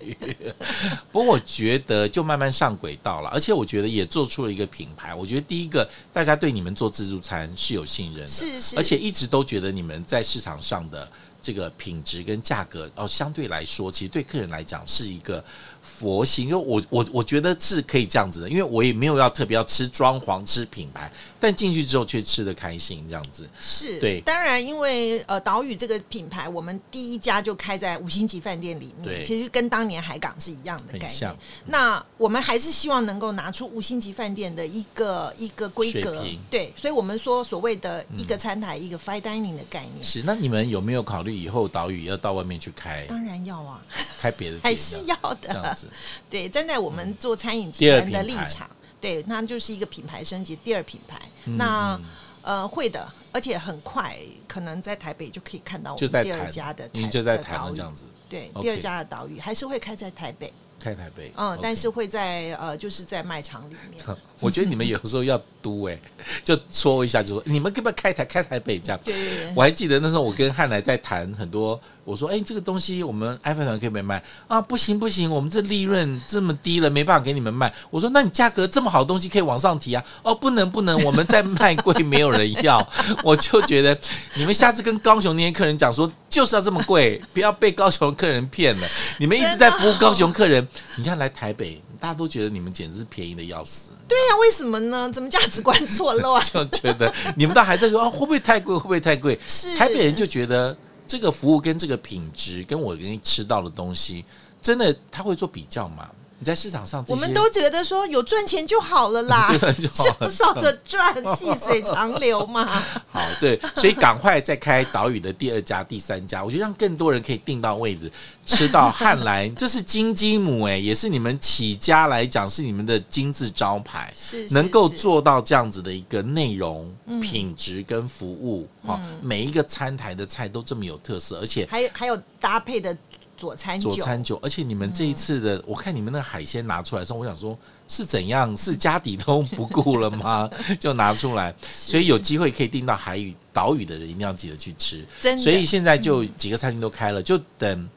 A: 不过我觉得就慢慢上轨道了，而且我觉得也做出了一个品牌。我觉得第一个，大家对你们做自助餐是有信任的，
B: 是是
A: 而且一直都觉得你们在市场上的这个品质跟价格哦，相对来说，其实对客人来讲是一个。佛心，因为我我我觉得是可以这样子的，因为我也没有要特别要吃装潢、吃品牌，但进去之后却吃的开心这样子。
B: 是，
A: 对
B: 当然，因为呃，岛屿这个品牌，我们第一家就开在五星级饭店里
A: 对
B: 面，其实跟当年海港是一样的
A: 很
B: 概
A: 像
B: 念。那我们还是希望能够拿出五星级饭店的一个一个规
A: 水
B: 格
A: 平，嗯
B: 对，所以我们说所谓的一个餐台、一个 fine dining 的概念，
A: 是，那你们有没有考虑以后岛屿要到外面去开
B: 当然要啊。
A: 开别的
B: 还
A: 店
B: 是
A: 这样
B: 要
A: 这样
B: <laughs> 的。
A: 子？嗯
B: 对，站在我们做餐饮集
A: 第二
B: 团的立
A: 品牌
B: 场，对，那就是一个品牌升级，第二品牌。
A: 嗯
B: 那呃，会的，而且很快，可能在台北就可以看到我
A: 就
B: 们
A: 在
B: 第二
A: 谈
B: 家的台，
A: 你就在
B: 的
A: 谈
B: 岛
A: 了
B: 屿
A: 这样子，
B: 对
A: OK
B: 第二家的岛屿还是会开在台北，
A: 开台北。
B: 嗯，但
A: OK <laughs>
B: 是会在呃，就是在卖场里面。
A: 我觉得你们有时候要嘟哎、 <laughs> 就戳一下就说你们可不可以开台开台北这样。
B: 对对对
A: 我还记得那时候我跟汉来在谈很多，我说哎、这个东西我们 iPhone 团可以不可以卖啊？不行不行，我们这利润这么低了，没办法给你们卖。我说那你价格这么好的东西可以往上提啊？哦，不能不能，我们在卖贵，没有人要。 <laughs> 我就觉得你们下次跟高雄那些客人讲说。就是要这么贵， <laughs> 不要被高雄客人骗了。你们一直在服务高雄客人，你看来台北，大家都觉得你们简直是便宜的要死。
B: 对呀、为什么呢？怎么价值观错啊
A: <laughs>
B: 乱？
A: 就觉得你们倒还在说啊，会不会太贵？会不会太贵？
B: 是
A: 台北人就觉得这个服务跟这个品质，跟我给你吃到的东西，真的他会做比较嘛？你在市场上这
B: 我
A: 些，，
B: 们都觉得说有赚钱就好了啦
A: <laughs> 赚就好了
B: 少少的赚，细水长流嘛。
A: 好对，所以赶快再开岛屿的第二家、第三家，我觉得让更多人可以订到位置，吃到汉来，这是金鸡母哎、也是你们起家来讲是你们的金字招牌。
B: 是嗯是
A: 能够
B: 是
A: 做到这样子的一个内容、品质跟服务，哈、
B: 嗯
A: 每一个餐台的菜都这么有特色，而且
B: 还有还有搭配的佐餐酒，
A: <laughs> 佐餐酒，而且你们这
B: 嗯
A: 一次的，我看你们那海鲜拿出来的时候，我想说是怎样，是家底
B: <laughs>
A: 都不顾了吗？就拿出来， <laughs> 所以有机会可以订到海屿岛屿的人，一定要记得去吃。
B: 真的嗯
A: 所以现在就几个餐厅都开了，就等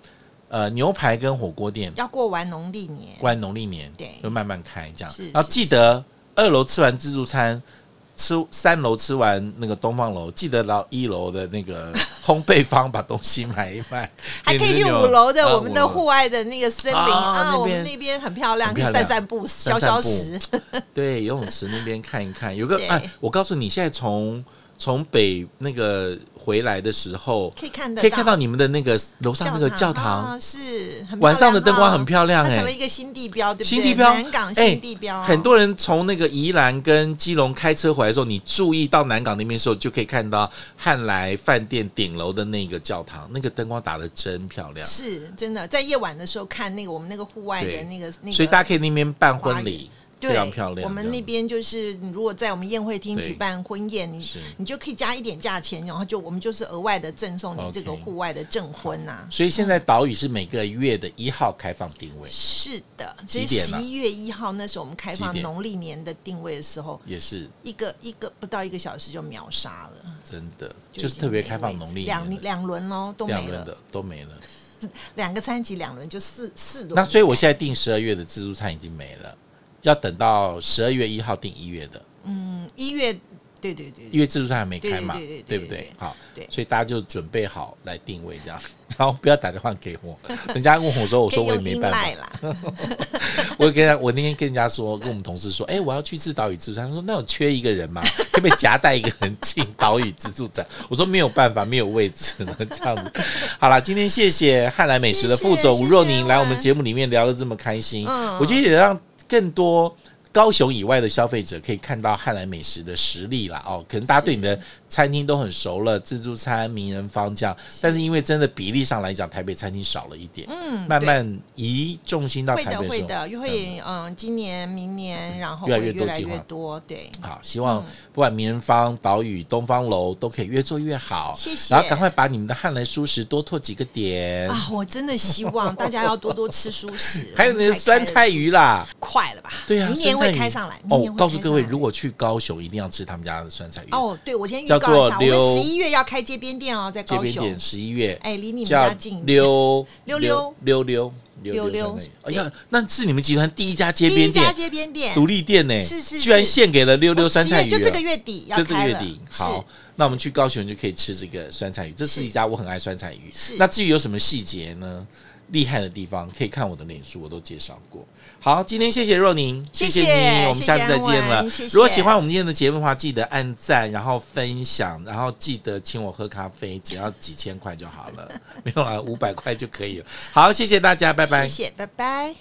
A: 呃牛排跟火锅店
B: 要过完农历年，
A: 关农历年，
B: 对
A: 就慢慢开这样
B: 是。
A: 然后
B: 是
A: 记得二楼吃完自助餐，吃三楼吃完那个东方楼，记得到一楼的那个烘焙坊把东西买一买，
B: 还可以
A: 你
B: 去
A: 们
B: 五楼的
A: 呃
B: 我们的
A: 五楼
B: 户外的那个森林
A: 啊那
B: 啊，我
A: 边
B: 们那边很漂亮，
A: 很
B: 可以
A: 漂亮
B: 散散步、
A: 散
B: 消
A: 散
B: 消
A: 步
B: 食。
A: 对游泳池那边看一看，有个
B: 对
A: 哎，我告诉你，现在从从北那个回来的时候，
B: 可以看得
A: 可以看到你们的那个楼上那个教堂
B: 啊、。是很漂亮
A: 晚上的灯光
B: 哦
A: 很漂亮
B: 它
A: 哎
B: 成了一个新地标，对不对？
A: 新地标，
B: 南港
A: 哎
B: 新地标，
A: 很多人从那个宜兰跟基隆开车回来的时候，你注意到南港那边的时候，就可以看到汉来饭店顶楼的那个教堂，那个灯光打得真漂亮。
B: 是真的，在夜晚的时候看那个我们那个户外
A: 对
B: 的那个那个，
A: 所以大家可以那边办婚
B: 花
A: 礼
B: 园，
A: 非
B: 对
A: 常漂亮。
B: 我们
A: 这
B: 那
A: 样
B: 边就是，你如果在我们宴会厅
A: 对
B: 举办婚宴，你
A: 是
B: 你就可以加一点价钱，然后就我们就是额外的赠送你这个
A: OK
B: 户外的证婚啊呐、
A: 所以现在岛屿是每个月的一号开放定位，
B: 是的，
A: 几
B: 其
A: 点
B: 实
A: 啊
B: 十一月一号那时候我们开
A: 几
B: 放
A: 点
B: 农历年的定位的时候，
A: 也是
B: 一个一个不到一个小时就秒杀了，
A: 真的，
B: 已
A: 就是
B: 经
A: 特别
B: 没
A: 开放
B: 位置
A: 农历年的
B: 两两轮哦，都
A: 两
B: 没
A: 轮
B: 了，
A: 的都没了。
B: 两个餐级两轮就四四轮。
A: 那所以我现在订十二月的自助餐已经没了，要等到十二月一号订一月的。
B: 嗯一月对对对
A: 因为自助餐还没开嘛，
B: 对对对对
A: 不对
B: 对？
A: 好，
B: 对
A: 所以大家就准备好来定位这样， <laughs> 然后不要打电话给我，人家问我说，我
B: 可
A: 说
B: 以
A: 我也
B: 用
A: 没
B: in
A: 办法，
B: line 啦，
A: 我跟他，我那天跟人家说，跟我们同事说，哎、我要去吃岛屿自助餐，他说那有缺一个人吗？ <laughs> 可不可以夹带一个人进岛屿自助餐？我说没有办法，没有位置了，这样子。好啦，今天谢谢汉来美食的副总
B: 谢谢
A: 吴若
B: 谢谢
A: 宁来我们
B: 文
A: 节目里面聊得这么开心，
B: 嗯
A: 我觉得也让更多。高雄以外的消费者可以看到汉来美食的实力啦，哦，可能大家对你的餐厅都很熟了，自助餐、名人坊这样，但是因为真的比例上来讲，台北餐厅少了一点，
B: 嗯，
A: 慢
B: 对
A: 慢移重心到
B: 会
A: 台
B: 的
A: 北
B: 会
A: 时候
B: 的，又会嗯，今年、明年，然后
A: 越来
B: 会
A: 越多
B: 越来
A: 计划哎
B: 越多，对，
A: 好，希望不管名人坊、岛屿、东方楼都可以越做越好。
B: 谢谢
A: 然后赶快把你们的汉来舒食多拓几个点，，
B: 啊，我真的希望 <laughs> 大家要多多吃蔬食
A: 还有你的酸菜
B: 鱼，
A: 鱼啦。
B: 快了吧？
A: 对啊，
B: 明年
A: 酸
B: 会
A: 菜鱼
B: 开上来。明年
A: 哦
B: 会，
A: 告诉
B: 开
A: 各位，
B: 上来
A: 如果去高雄，一定要吃他们家的酸菜鱼。
B: 哦，对我先预
A: 叫
B: 告
A: 做
B: 一下，我们
A: 溜
B: 十一月要开街边店哦，在
A: 这
B: 高
A: 边
B: 雄
A: 点，十一月，
B: 哎，离你们
A: 叫
B: 家近，
A: 溜
B: 溜
A: 溜
B: 溜
A: 溜溜
B: 溜溜
A: 酸菜鱼哎呀，那是你们集团第一家街
B: 第
A: 边
B: 一家
A: 店，
B: 街边店，
A: 独立店呢，
B: 是是
A: 居然
B: 是
A: 献给了溜溜
B: 哦
A: 酸
B: 十
A: 菜
B: 月
A: 鱼
B: 就这
A: 了
B: 个月底要
A: 就这个
B: 开
A: 月
B: 了
A: 底，
B: 是
A: 好，那我们去高雄就可以吃这个酸菜鱼，这是一家我很爱酸菜鱼
B: 是。
A: 那至于有什么细节呢？厉害的地方可以看我的脸书，我都介绍过。好，今天谢谢若宁，
B: 谢
A: 谢
B: 谢
A: 你，我们
B: 谢谢
A: 下次再见
B: 安
A: 了
B: 文。谢谢
A: 如果喜欢我们今天的节目的话，记得按赞，然后分享，然后记得请我喝咖啡，只要几千块就好了，没有啊，五百块就可以了。好，谢谢大家，拜拜。
B: 谢谢，拜拜。